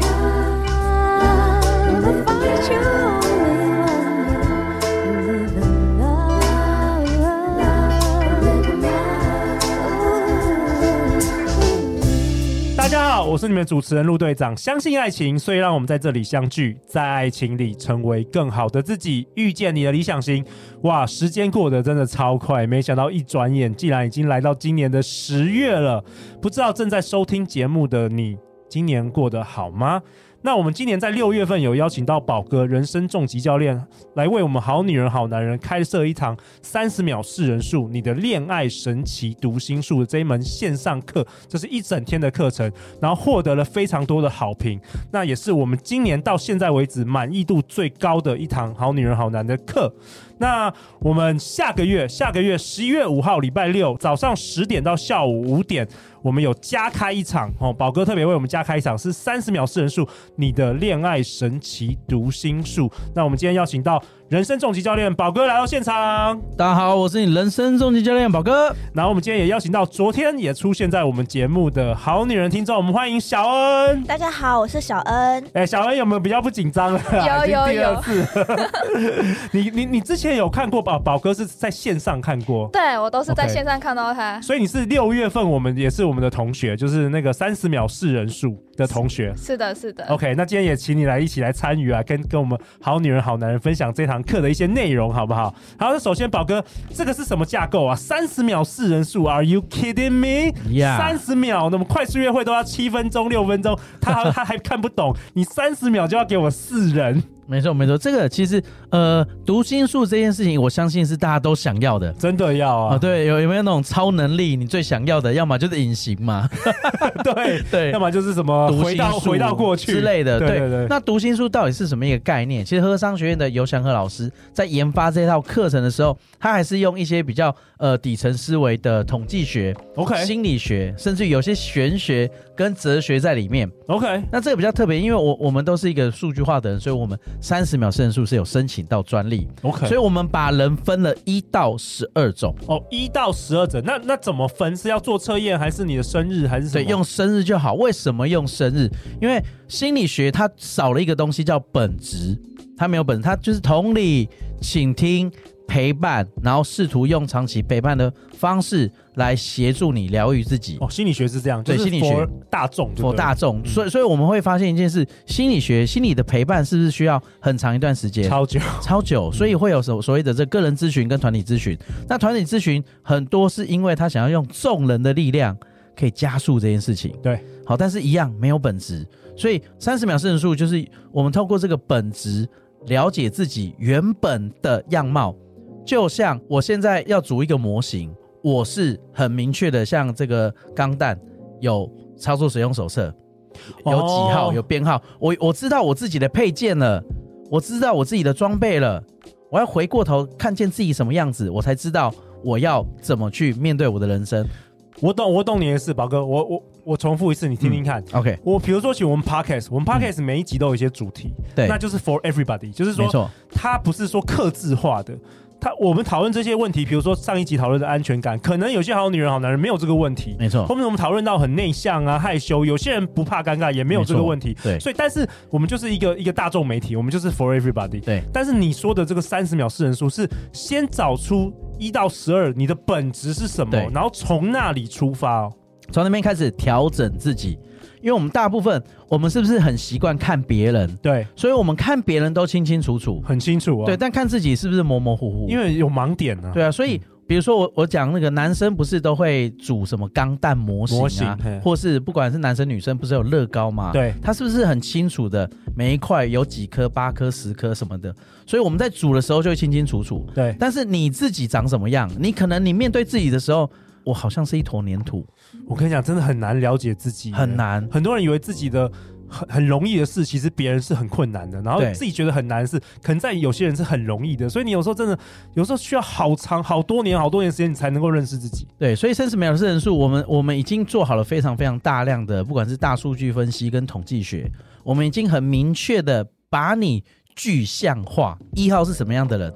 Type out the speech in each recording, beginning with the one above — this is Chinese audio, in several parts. Love, find your only one. Live in love, live in love. 大家好，我是你们主持人陆队长。相信爱情，所以让我们在这里相聚，在爱情里成为更好的自己，遇见你的理想型。哇，时间过得真的超快，没想到一转眼竟然已经来到今年的十月了。不知道正在收听节目的你，今年过得好吗？那我们今年在六月份有邀请到宝哥人生重疾教练来为我们好女人好男人开设一堂三十秒试人术，你的恋爱神奇读心术的这一门线上课，这是一整天的课程，然后获得了非常多的好评，那也是我们今年到现在为止满意度最高的一堂好女人好男人的课。那我们下个月，下个月十一月五号礼拜六早上十点到下午五点，我们有加开一场哦，宝哥特别为我们加开一场是三十秒四人术，你的恋爱神奇读心术。那我们今天邀请到人生重疾教练宝哥来到现场，大家好，我是你人生终极教练宝哥。然后我们今天也邀请到昨天也出现在我们节目的好女人听众，我们欢迎小 恩。大家好，我是小恩。哎、小恩有没有比较不紧张了有啊？已经有第二次。你你你之前有看过宝宝哥是在线上看过，对我都是在 OK 线上看到他。所以你是六月份我们也是我们的同学，就是那个三十秒四人数的同学。是的，是的。 OK，那今天也请你来一起来参与啊，跟跟我们好女人好男人分享这堂课的一些内容，好不好？好，那首先宝哥，这个是什么架构啊？三十秒四人数，Are you kidding me？ Yeah 三十秒，那么快速约会都要七分钟、六分钟，他 还他还看不懂，你三十秒就要给我四人，没错没错，这个其实呃，读心术这件事情，我相信是大家都想要的。真的要啊、啊？对，有有没有那种超能力？你最想要的，要么就是隐形嘛， 对 对要么就是什么读啊回心到术回到过去之类的。对对对。那读心术到底是什么一个概念？其实和商学院的尤祥和老师在研发这套课程的时候，他还是用一些比较呃底层思维的统计学、 OK 心理学，甚至有些玄学跟哲学在里面。 OK，那这个比较特别，因为我我们都是一个数据化的人，所以我们三十秒胜数是有申请到专利 OK 所以我们把人分了一到十二种，哦，一到十二整，那那怎么分？是要做测验，还是你的生日，还是什对，么？用生日就好。为什么用生日？因为心理学它少了一个东西叫本质，它没有本质，它就是同理、倾听、陪伴，然后试图用长期陪伴的方式来协助你疗愈自己。哦，心理学是这样，对就是心理学 for 大众就对了， for 大众，所以所以我们会发现一件事：心理学、心理的陪伴是不是需要很长一段时间？超久。 超久，所以会有所所谓的这个人咨询跟团体咨询。那团体咨询很多是因为他想要用众人的力量可以加速这件事情，对，好，但是一样没有本质。所以三十秒四人数就是我们透过这个本质了解自己原本的样貌，就像我现在要组一个模型，我是很明确的，像这个钢弹有操作使用手册，有几号，哦有编号，我我知道我自己的配件了，我知道我自己的装备了，我要回过头看见自己什么样子，我才知道我要怎么去面对我的人生。我懂，我懂你的事，宝哥。我我我重复一次，你听嗯听看。 OK，我比如说，请我们 podcast，我们 podcast 每一集都有一些主题，嗯对那就是 for everybody，就是没说错，它不是说克制化的。它我们讨论这些问题，比如说上一集讨论的安全感，可能有些好女人、好男人没有这个问题，没错后面我们讨论到很内向啊、害羞，有些人不怕尴尬，也没有这个没错问题。对所以但是我们就是一个一个大众媒体，我们就是 for everybody。对但是你说的这个三十秒四人数是先找出一到十二你的本质是什么对，然后从那里出发哦。从那边开始调整自己，因为我们大部分我们是不是很习惯看别人，对，所以我们看别人都清清楚楚，很清楚哦。对，，但看自己是不是模模糊糊？因为有盲点呢、啊。对啊，所以比如说我我讲那个男生不是都会组什么钢弹模型啊，模型嘿或是不管是男生女生不是有乐高嘛？对他是不是很清楚的每一块有几颗、八颗、十颗什么的？所以我们在组的时候就会清清楚楚。对但是你自己长什么样，你可能你面对自己的时候，我好像是一坨粘土，我跟你讲，真的很难了解自己，很。难。很多人以为自己的很很容易的事，其实别人是很困难的，然后对自己觉得很难的事，可能在有些人是很容易的。所以你有时候真的，有时候需要好长、好多年、好多年时间，你才能够认识自己。对，所以三十秒是人数，我们我们已经做好了非常非常大量的，不管是大数据分析跟统计学，我们已经很明确的把你具象化，一号是什么样的人，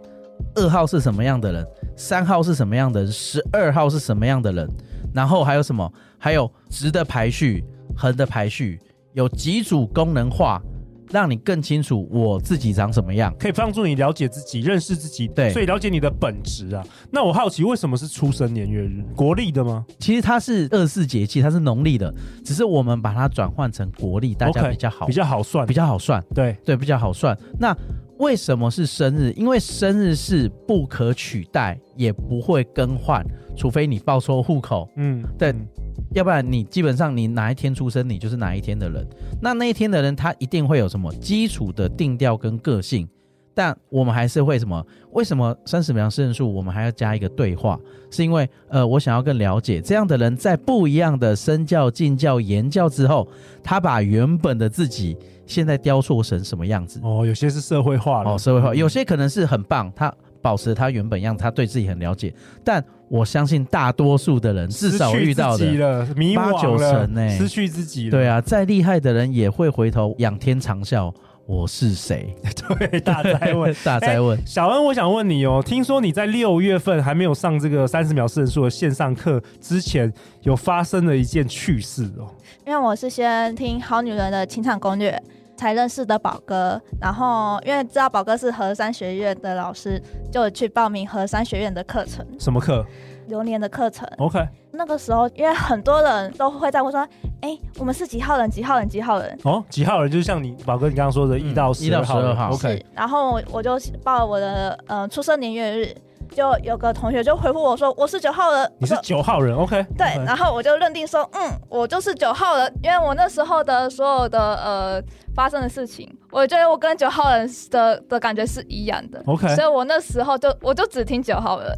二号是什么样的人，三号是什么样的人，十二号是什么样的人，然后还有什么？还有直的排序、横的排序，有几组功能化，让你更清楚我自己长什么样。可以帮助你了解自己、认识自己，对所以了解你的本质啊。那我好奇，为什么是出生年月日？国历的吗？其实它是二十四节气，它是农历的，只是我们把它转换成国历，大家 OK，比较好比较好算，比较好算。对，对，比较好算。那为什么是生日？因为生日是不可取代，也不会更换，除非你报错户口，嗯，对嗯要不然你基本上你哪一天出生，你就是哪一天的人。那那一天的人，他一定会有什么基础的定调跟个性。但我们还是会什么？为什么三十秒胜数我们还要加一个对话？是因为呃，我想要更了解这样的人在不一样的身教、敬教、言教之后，他把原本的自己现在雕塑成什么样子？哦，有些是社会化了，哦，社会化，有些些可能是很棒，他保持他原本样子，他对自己很了解。但我相信大多数的人，至少我遇到的，了，迷八惘九了，成欸失去自己了，对啊，再厉害的人也会回头仰天长啸，我是谁？对，大灾问。， 哎大灾问。小恩，我想问你哦，听说你在六月份还没有上这个三十秒胜数的线上课之前，有发生了一件趣事哦。因为我是先听《好女人的情场攻略》才认识的宝哥，然后因为知道宝哥是和山学院的老师，就有去报名和山学院的课程，什么课流年的课程。 ？OK，那个时候，因为很多人都会在问说：“哎、我们是几号人？几号人？几号人哦，几号人？就是像你宝哥你刚刚说的，嗯一到一十到号人12号，OK，？” 然后我就报我的呃出生年月日，就有个同学就回复我说：“我是九号人。”你是我说九号人，OK？对 OK，然后我就认定说，嗯，我就是九号人，因为我那时候的所有的呃发生的事情，我觉得我跟九号人的的感觉是一样的 OK 所以我那时候就我就只听九号人，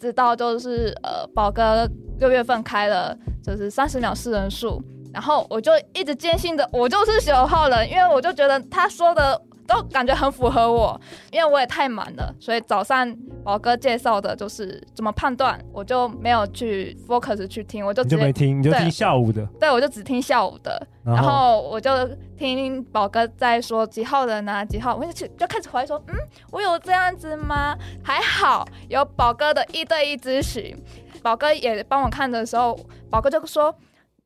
直到就是呃宝哥六月份开了就是三十秒四人数，然后我就一直坚信的我就是九号人，因为我就觉得他说的。都感觉很符合我，因为我也太忙了，所以早上宝哥介绍的就是怎么判断，我就没有去 focus 去听，我就你直就接没听，你就对听下午的，对我就只听下午的，然后我就听宝哥在说几号人啊几号，我就去就开始怀疑说，嗯，我有这样子吗？还好有宝哥的一对一咨询，宝哥也帮我看的时候，宝哥就说。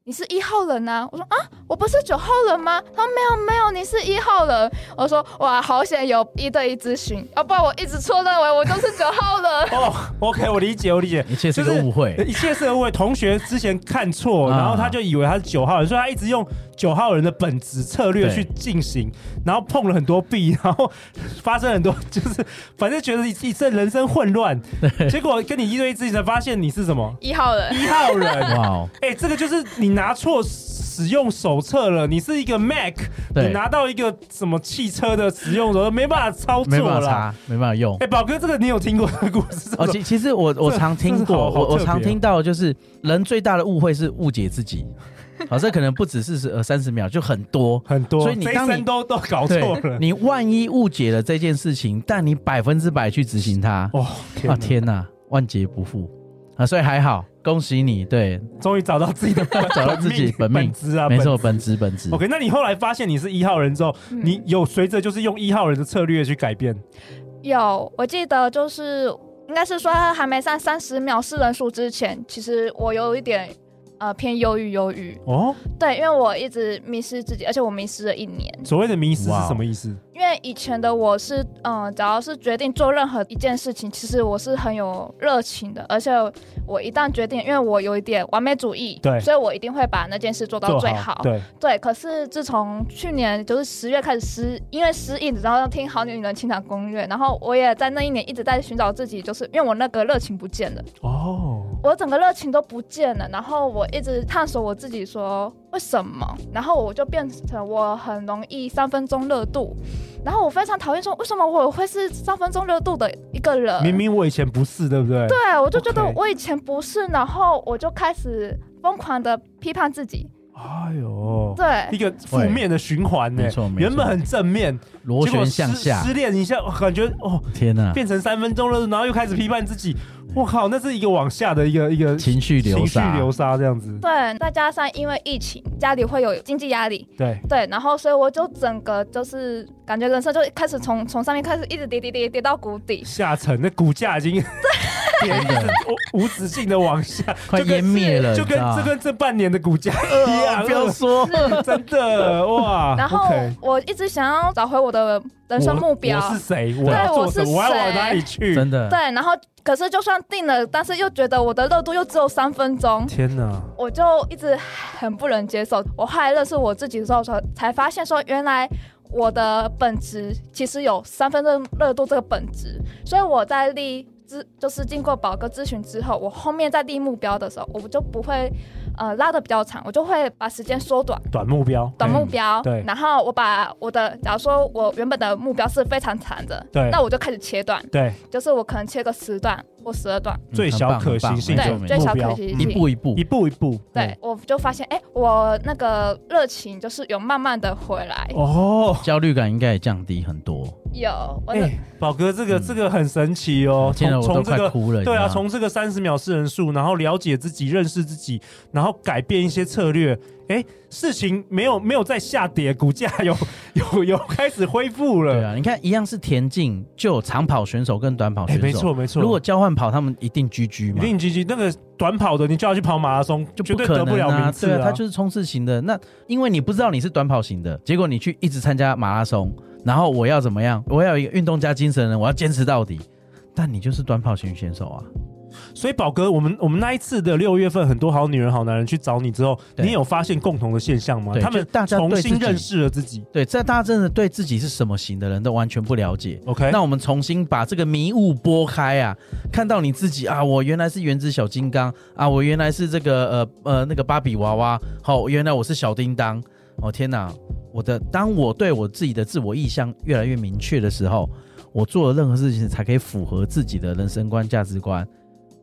你是一号人呐、我说啊，我不是九号人吗？他说没有没有，你是一号人。我说哇，好险有一对一咨询，要、不然我一直错认为我就是九号人。哦，OK，我理解，我理解。一切是个误会。一切是因为同学之前看错，啊然后他就以为他是九号人，所以他一直用九号人的本质策略对去进行，然后碰了很多壁，然后发生很多，就是反正觉得一一阵人生混乱，结果跟你一对一咨询才发现你是什么 一号人，一号人。哇哦，哎、这个就是你拿错使用手册了，你是一个 Mac，对你拿到一个什么汽车的使用手册，没办法操没作办法啦。查，没办法用哎、。宝哥，这个你有听过的故事是什么哦，其其实我我这常这听是好过，好我我特别常哦听到就是人最大的误会是误解 自己。好，这可能不只是呃三十秒，就很多。很多，所以你这一当你生都都搞错了。你万一误解了这件事情，但你百分之百去执行它，哦，啊天哪！天哪，万劫不复啊！所以还好，恭喜你，对，终于找到自己 的找到自己本命资啊，没本错，本职本职。 OK，那你后来发现你是一号人之后，嗯你有随着就是用一号人的策略去改变，有，我记得就是应该是说还没上三十秒四人数之前，其实我有一点呃偏忧郁忧郁，哦，对，因为我一直迷失自己，而且我迷失了一年。所谓的迷失哇是哦什么意思？因为以前的我是，嗯、只要是决定做任何一件事情，其实我是很有热情的，而且我一旦决定，因为我有一点完美主义，对所以我一定会把那件事做到做最好，对，对，可是自从去年就是十月开始失，因为失忆，然后听《好女人情场攻略》，然后我也在那一年一直在寻找自己，就是因为我那个热情不见了，哦，我整个热情都不见了，然后我一直探索我自己说为什么，然后我就变成我很容易三分钟热度，然后我非常讨厌说为什么我会是三分钟热度的一个人，明明我以前不是，对不对？呃对我就觉得 OK 我以前不是，然后我就开始疯狂的批判自己，哎呦，对一。个负面的循环呢没错，没错原本很正面，螺结果旋失向下，失恋一下，感觉哦，天哪，变成三分钟热度，然后又开始批判自己，我靠，那是一个往下的一个一个情绪流情绪沙，流沙这样子，对，再加上因为疫情，家里会有经济压力，对，对，然后所以我就整个就是感觉人生就开始从从上面开始一直跌跌跌跌到谷底，下沉，那股价已经天的，无无止境的往下， 快就跟湮灭了，就跟你知道这跟这半年的股价一呃样，啊不要说， 真的哇！然后 OK 我一直想要找回我的人生目标我，我是谁？我要做什么？我是谁我要往哪里去？ 真的，对，然后可是就算定了，但是又觉得我的热度又只有三分钟，天哪！我就一直很不能接受。我后来认识我自己之后，才才发现说，原来我的本质其实有三分钟热度这个本质。所以我在立咨，就是经过宝哥咨询之后，我后面在立目标的时候，我就不会呃拉的比较长，我就会把时间缩短。短目标，短目标，对然后我把我的，假如说我原本的目标是非常长的，对那我就开始切断，对，就是我可能切个十段或十二段，最小可行性嗯很的棒对，最目小标嗯可，行一性。步一步一，步一步，对，我就发现，哎、我那个热情就是有慢慢的回来，哦。焦虑感应该也降低很多。有，我的、哎，宝哥，这个嗯这个很神奇哦，天哪，从我都从这快个哭了。对啊，你知道吗从这个三十秒四人术，然后了解自己、认识自己，然后改变一些策略。哎，事情没有没有在下跌，股价有 有有开始恢复对了。啊，你看一样是田径，就有长跑选手跟短跑哎，选手，没错没错。如果交换跑，他们一定居居一嘛，定积极，那个短跑的你就要去跑马拉松，就绝不对可得能不了名啊。次对啊，他就是是冲刺型的。那因为你不知道你是短跑型的，结果你去一直参加马拉松，然后我要怎么样？我要有一个运动家精神呢，我要坚持到底。但你就是短跑型选手啊，所以宝哥，我们我们那一次的六月份，很多好女人、好男人去找你之后，对你有发现共同的现象吗？对他就们大家重对新自己认识了自己。对，在大家真的对自己是什么型的人都完全不了解。 OK，那我们重新把这个迷雾拨开啊，看到你自己啊，我原来是原子小金刚啊，我原来是这个呃呃那个芭比娃娃，好、原来我是小叮当，哦天哪，我的当我对我自己的自我意向越来越明确的时候，我做的任何事情才可以符合自己的人生观、价值观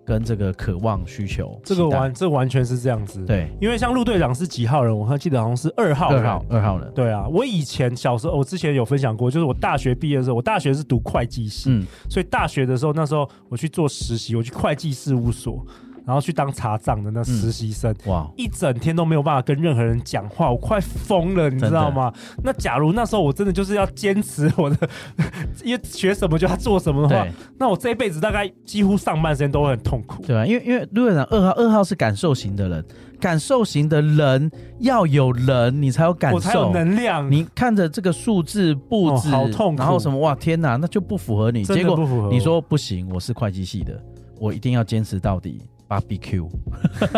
跟这个渴望需求。这个期待完这完全是这样子。，对因为像陆队长是几号人，我还记得好像是二号人二号二号人，对啊，我以前小时候，我之前有分享过，就是我大学毕业的时候，我大学是读会计系，嗯，所以大学的时候，那时候我去做实习，我去会计事务所，然后去当查账的那实习生。哇，一整天都没有办法跟任何人讲话，我快疯了，你知道吗？那假如那时候我真的就是要坚持我的， 因为学什么就要做什么的话对，那我这一辈子大概几乎上半身都会很痛苦。对吧？因为因为陆队长二号，二号是感受型的人，感受型的人要有人，你才有感受，我才有能量，你看着这个数字不止、哦好痛苦然后什么哇天哪，那就不符合你。真结的果不符合我。你说不行，我是会计系的，我一定要坚持到底。BBQ，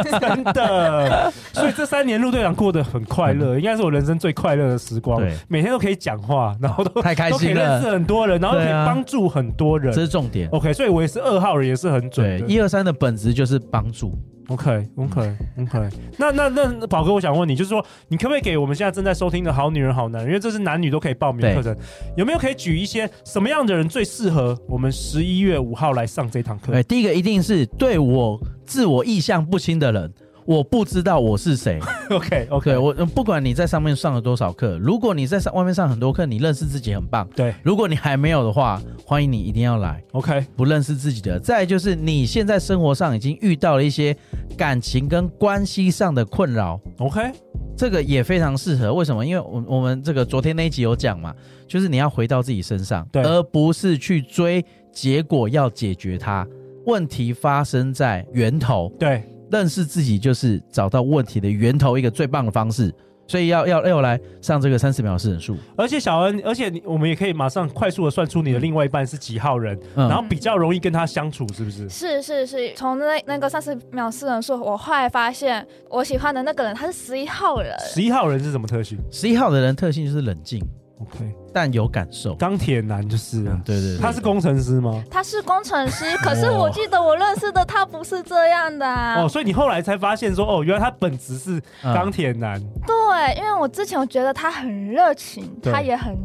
真 的，所以这三年陆队长过得很快乐，应该是我人生最快乐的时光嗯对。每天都可以讲话，然后都太 开都可以心认了识，哦很多人，然后可以对啊帮助很多人这。是重点。 OK，所以我也是二号人，也是很准对，的。嗯一二三的本质就是帮助。 OK，OK，OK。那嗯那那宝哥，我想问你，就是说，你可不可以给我们现在正在收听的好女人、好男人，因为这是男女都可以报名的对课程，有没有可以举一些什么样的人最适合我们十一月五号来上这堂课对，？哎第一个一定是对我自我意向不清的人，我不知道我是谁。对 OK，OK，我嗯不管你在上面上了多少课，如果你在上外面上很多课，你认识自己很棒。对如果你还没有的话，欢迎你一定要来。 ，OK，不认识自己的。再来就是你现在生活上已经遇到了一些感情跟关系上的困扰， OK，这个也非常适合。为什么？因为我我们这个昨天那一集有讲嘛，就是你要回到自己身上，对而不是去追结果要解决它。问题发生在源头，对，认识自己就是找到问题的源头一个最棒的方式。所以要要要来上这个三十秒四人术，而且小恩，而且你我们也可以马上快速的算出你的另外一半是几号人，嗯然后比较容易跟他相处，是不是？是是是，从那那个三十秒四人说，我后来发现我喜欢的那个人他是十一号人，十一号人是什么特性十一号的人特性就是冷静？OK，但有感受，钢铁男就是啊，对对对，他是工程师吗？他是工程师，可是我记得我认识的他不是这样的啊。哦，所以你后来才发现说，哦，原来他本质是嗯钢铁男。对，因为我之前我觉得他很热情，对他也很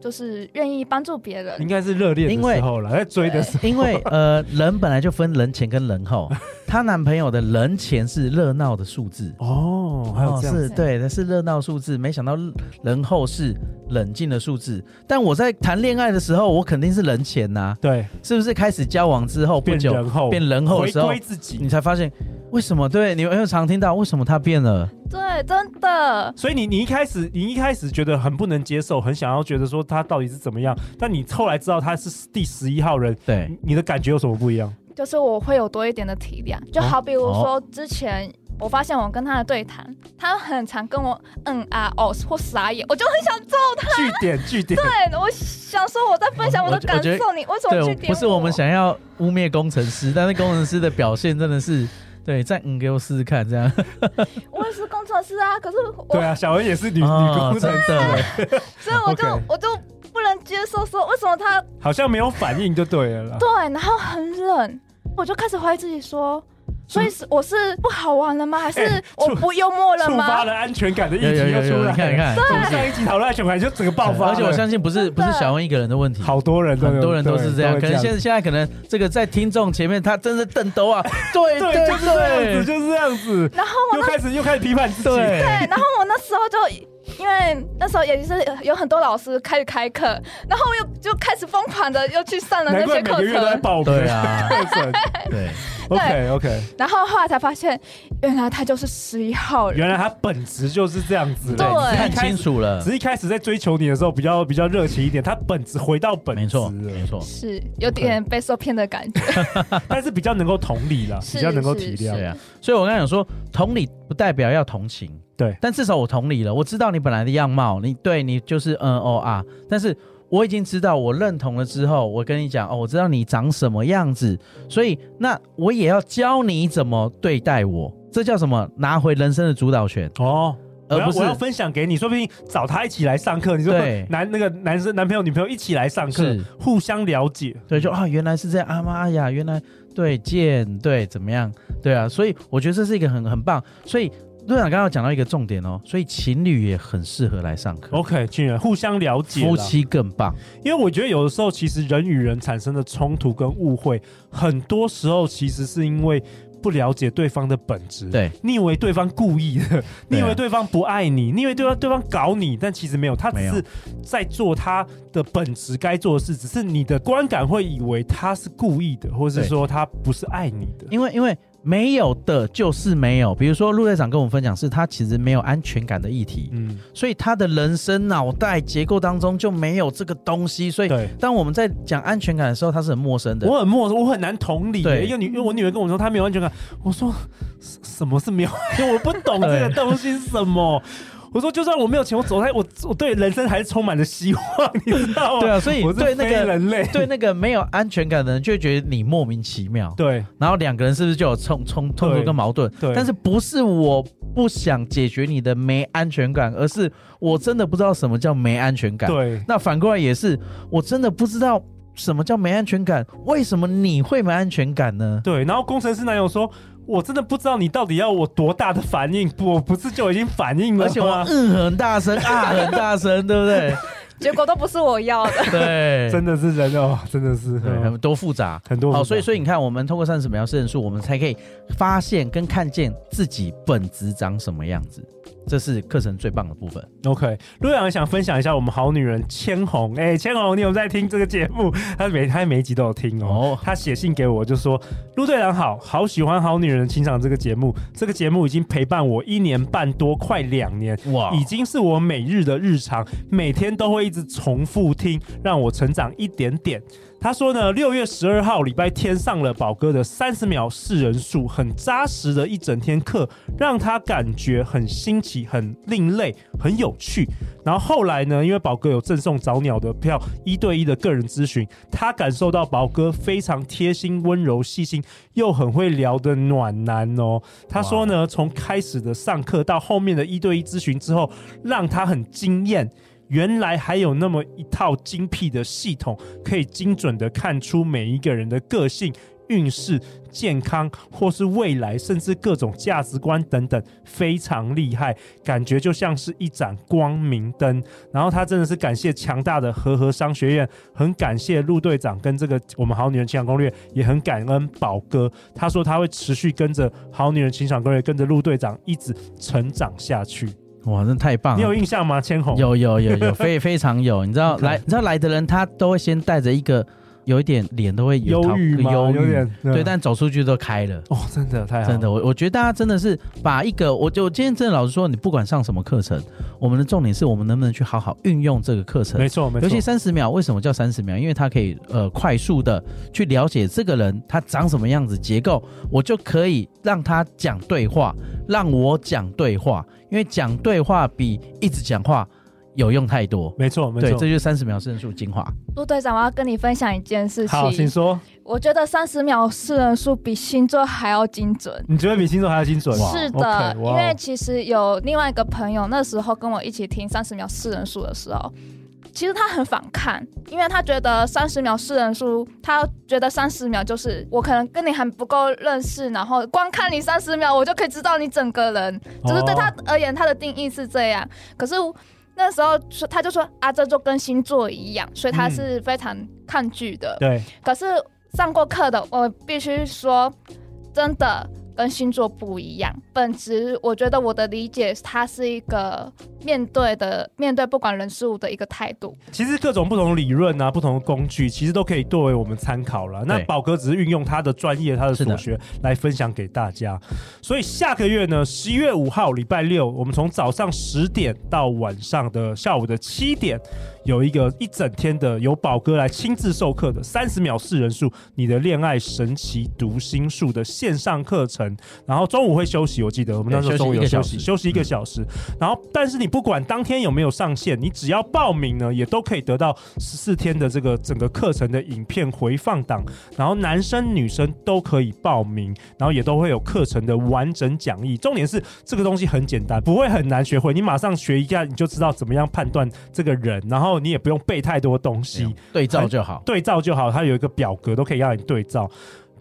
就是愿意帮助别人应。该是热恋因的为时候了，在追的时候。因为呃，人本来就分人前跟人后，她男朋友的人前是热闹的数字，哦，还有这样子，是对，那是热闹数字，没想到人后是冷静的数字。但我在谈恋爱的时候，我肯定是人前呐、对，是不是？开始交往之后不变久，人后，变人后的回时候归，自己。你才发现为什么？对，你有没有常听到为什么他变了？对，真的，所以你你一开始你一开始觉得很不能接受，很想要觉得说他到底是怎么样，但你后来知道他是第十一号人，对你，你的感觉有什么不一样？就是我会有多一点的体谅。啊就好比如说之前。我发现我跟他的对谈，他很常跟我嗯啊哦或傻眼，我就很想揍他。据点据点，对，我想说我在分享我的我觉感哦我觉得受，你为什么去对，点不是我们想要污蔑工程师，但是工程师的表现真的是，对，再嗯给我试试看 这样。我也是工程师啊，可是 我，对啊，小恩也是女女哦工程真的，所以我就 OK 我就不能接受说为什么他好像没有反应就对了啦。对，然后很冷，我就开始怀疑自己说，所以是我是不好玩了吗？还 是我触不幽默了触发吗？了安全感的议有有题又有出有，来，你看你看，我是们不是？上一集讨论安全感就整个爆发了，而且我相信不是真不的是小恩一个人的问题。好多人都有，很多人都是这样，对可能现子在现在可能这个在听众前面，他真是瞪兜 啊，对对，就是这样子，对就是这样子，然后我又开始又开始批判自己，对， 对，然后我那时候就。因为那时候也是有很多老师开始开课，然后我又就开始疯狂的又去上了那难怪些每课个月都在程，爆 对课啊，程。对， OK OK，然后后来才发现，原来他就是十一号人。原来他本质就是这样子对的。看清楚了只，是一开始在追求你的时候比较比较热情一点，他本质回到本质，没错没。错，是有点被受骗的感觉， 但是比较能够同理啦，是比较能够体是对谅。啊，所以我刚才讲说，同理不代表要同情，对但至少我同理了，我知道你本来的样貌，你对你就是嗯哦啊，但是我已经知道，我认同了之后，我跟你讲哦，我知道你长什么样子，所以那我也要教你怎么对待我，这叫什么？拿回人生的主导权，哦，我而要不是我要分享给你，说不定找他一起来上课，你说对男那个男生男朋友女朋友一起来上课是，互相了解。对，就啊，原来是这样，啊妈呀，原来对见对怎么样，对啊，所以我觉得这是一个很很棒，所以队长刚刚有讲到一个重点哦，所以情侣也很适合来上课， OK，俊然互相了解啦，夫妻更棒，因为我觉得有的时候，其实人与人产生的冲突跟误会，很多时候其实是因为不了解对方的本质。对，你以为对方故意 的，你以为对方不爱你，你以为对方对方搞你，但其实没有，他只没有是在做他的本职该做的事，只是你的观感会以为他是故意的，或是对说他不是爱你的。因为因为没有的就是没有，比如说陆队长跟我们分享是他其实没有安全感的议题，嗯，所以他的人生脑袋结构当中就没有这个东西，所以对。当我们在讲安全感的时候，他是很陌生的。我很陌生，我很难同理、对一个女，因为我女儿跟我说她没有安全感，我说什什么是没有？因 为我不懂这个东西是什么。我说就算我没有钱，我走在我我对人生还是充满了希望，你知道吗？对啊，所以我是对那非个人类， 对那个没有安全感的人，就会觉得你莫名其妙。对然后两个人是不是就有冲冲冲突对跟矛盾？对但是不是我不想解决你的没安全感，而是我真的不知道什么叫没安全感。，对那反过来也是，我真的不知道什么叫没安全感，为什么你会没安全感呢？对。然后工程师男友说：“我真的不知道你到底要我多大的反应，我不是就已经反应了而且我吗？嗯很大声啊很大声，对不对？结果都不是我要的。对，真的是人哦，真的是对，嗯很多复杂。很多好，所以复杂所以你看，我们通过三十秒摄影术，我们才可以发现跟看见自己本质长什么样子，这是课程最棒的部分。 OK，如果有人想分享一下我们好女人千红，哎、千红，你有在听这个节目？她每她每一集都有听哦。哦她写信给我，就说：“陆队长好，好喜欢《好女人情场》这个节目，这个节目已经陪伴我一年半多，快两年，哇哦已经是我每日的日常，每天都会一直重复听，让我成长一点点。他说呢，六月十二号礼拜天上了宝哥的三十秒四人数，很扎实的一整天课，让他感觉很新奇、很另类、很有趣。然后后来呢，因为宝哥有赠送早鸟的票，一对一的个人咨询，他感受到宝哥非常贴心、温柔、细心，又很会聊的暖男哦。他说呢，从开始的上课到后面的一对一咨询之后，让他很惊艳。原来还有那么一套精辟的系统，可以精准的看出每一个人的个性、运势、健康，或是未来，甚至各种价值观等等，非常厉害，感觉就像是一盏光明灯。然后他真的是感谢强大的和和商学院，很感谢陆队长跟这个我们好女人情感攻略，也很感恩宝哥。他说他会持续跟着好女人情感攻略，跟着陆队长一直成长下去。哇，真的太棒你有了！印象吗？千红 有有有有，非非常有。你知道 OK 来，你知道来的人，他都会先带着一个有一点脸都会有忧郁桃吗？忧有郁，点对，但走出去都开了。哦，真的太好真的，我我觉得大家真的是把一个，我就我今天真的老实说，你不管上什么课程，我们的重点是我们能不能去好好运用这个课程没。错没错尤，其三十秒，为什么叫三十秒？因为它可以呃快速的去了解这个人他长什么样子结构，我就可以让他讲对话，让我讲对话，因为讲对话比一直讲话有用太多。没错没对，错这。就是三十秒胜数精华。 陆队长，我要跟你分享一件事好，请情。说，我觉得三十秒四人数比星座还要精准。你觉得比星座还要精准？是的 OK，因哇哦为其实有另外一个朋友，那时候跟我一起听三十秒四人数的时候，其实他很反抗，因为他觉得三十秒四人数，他觉得三十秒就是我可能跟你还不够认识，然后光看你三十秒，我就可以知道你整个人，就是对哦他而言，他的定义是这样。可是那时候说，他就说啊，这就跟星座一样，所以他嗯是非常抗拒的。对，可是上过课的，我必须说，真的跟星座不一样。本质，我觉得我的理解，它是一个面对的面对不管人事物的一个态度。其实各种不同的理论啊，不同的工具，其实都可以作为我们参考了。那对宝哥只是运用他的专业、他的是所的学来分享给大家。所以下个月呢，十一月五号礼拜六，我们从早上十点到晚上的下午的七点，有一个一整天的由宝哥来亲自授课的三十秒四人术，你的恋爱神奇读心术的线上课程。然后中午会休息，我记得我们那时候对中午有休休息，息一个小时休息一个小时。然后，但是你不管当天有没有上线，你只要报名呢，也都可以得到十四天的这个整个课程的影片回放档，然后男生女生都可以报名，然后也都会有课程的完整讲义。重点是这个东西很简单，不会很难学会，你马上学一下你就知道怎么样判断这个人，然后你也不用背太多东西。对哎照就好。对照就好，它有一个表格都可以让你对照。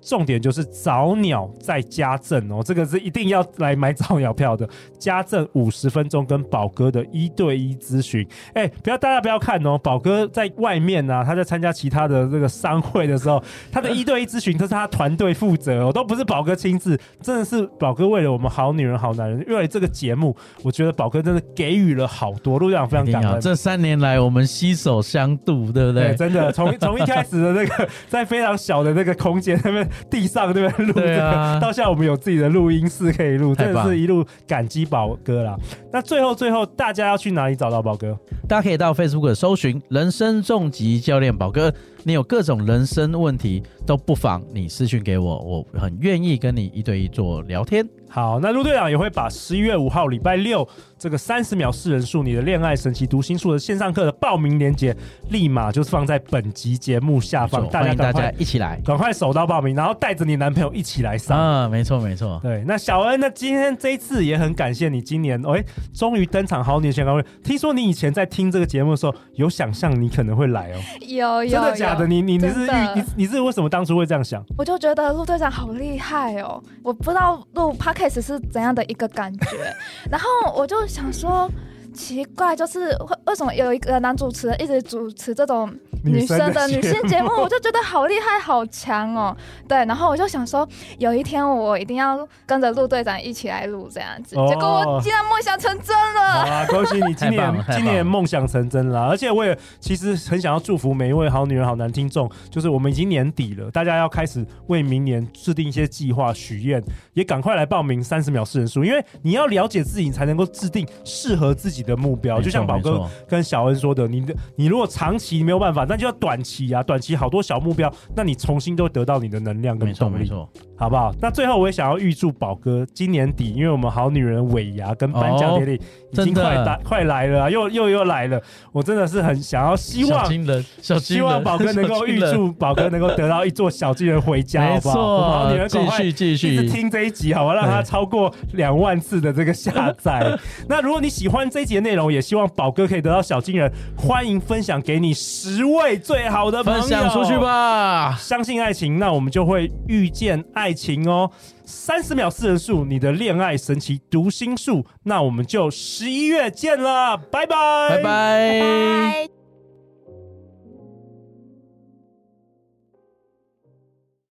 重点就是早鸟再加赠哦，这个是一定要来买早鸟票的，加赠五十分钟跟宝哥的一对一咨询。哎，不要大家不要看哦，宝哥在外面呢、啊，他在参加其他的这个商会的时候，他的一对一咨询都是他团队负责哦，都不是宝哥亲自，真的是宝哥为了我们好女人好男人，为了这个节目，我觉得宝哥真的给予了好多，陆队长非常一定感要，恩。这三年来我们携手相度，对不对？真的，从 从一开始的那个在非常小的那个空间那边地上那边录这对个，啊到现在我们有自己的录音室可以录，太真的棒是一路感激宝哥啦。那最后最后，大家要去哪里找到宝哥？大家可以到 Facebook 搜寻“人生重疾教练宝哥”，你有各种人生问题都不妨你私讯给我，我很愿意跟你一对一做聊天。好，那陆队长也会把十一月五号礼拜六这个三十秒四人术你的恋爱神奇读心术的线上课的报名链接，立马就是放在本集节目下没方，错啊大欢家迎大赶家快一起来赶快手到报名，然后带着你男朋友一起来上。啊！没错没错，对，那小恩，那今天这一次也很感谢你，今年哎，终于登场好女全高会。听说你以前在听这个节目的时候，有想象你可能会来哦，有有真的假的？有你你你真是预的你你是为什么当初会这 样想？我就觉得陆队长好厉害哦！我不知道录 podcast 是怎样的一个感 觉，然后我就想说，奇怪，就是会为什么有一个男主持人一直主持这种女生的女性节目，我就觉得好厉害、好强哦。对，然后我就想说，有一天我一定要跟着陆队长一起来录这样子。哦结果我竟然梦想成真好了。啊，恭喜你今太棒了年太棒了今年梦想成真啦！而且我也其实很想要祝福每一位好女人、好男听众，就是我们已经年底了，大家要开始为明年制定一些计划、许愿，也赶快来报名三十秒四人数，因为你要了解自己，你才能够制定适合自己的目标。没错啊就像宝没哥错跟小恩说的，你的你如果长期没有办法，那就要短期啊，短期好多小目标，那你重新都得到你的能量跟没错动没力。错，好不好？那最后我也想要预祝宝哥今年底，因为我们好女人尾牙跟颁奖典礼已经哦真的快来、快来了、啊，又又又来了，我真的是很想要希小望。金人，小金希人，望宝哥能够小金预人， 祝宝哥能够得到一座小金人回家，好没不好？我们好女错，人赶继快续继一直续，听这一集，好吧，让它超过两万次的这个下 载。那如果你喜欢这一集的内容，也希望宝哥可以得到小金人，欢迎分享给你十位最好的朋友，分享出去。吧。相信爱情，那我们就会遇见爱情哦。三十秒四人术，你的恋爱神奇读心术，那我们就十一月见了，拜拜，拜拜拜。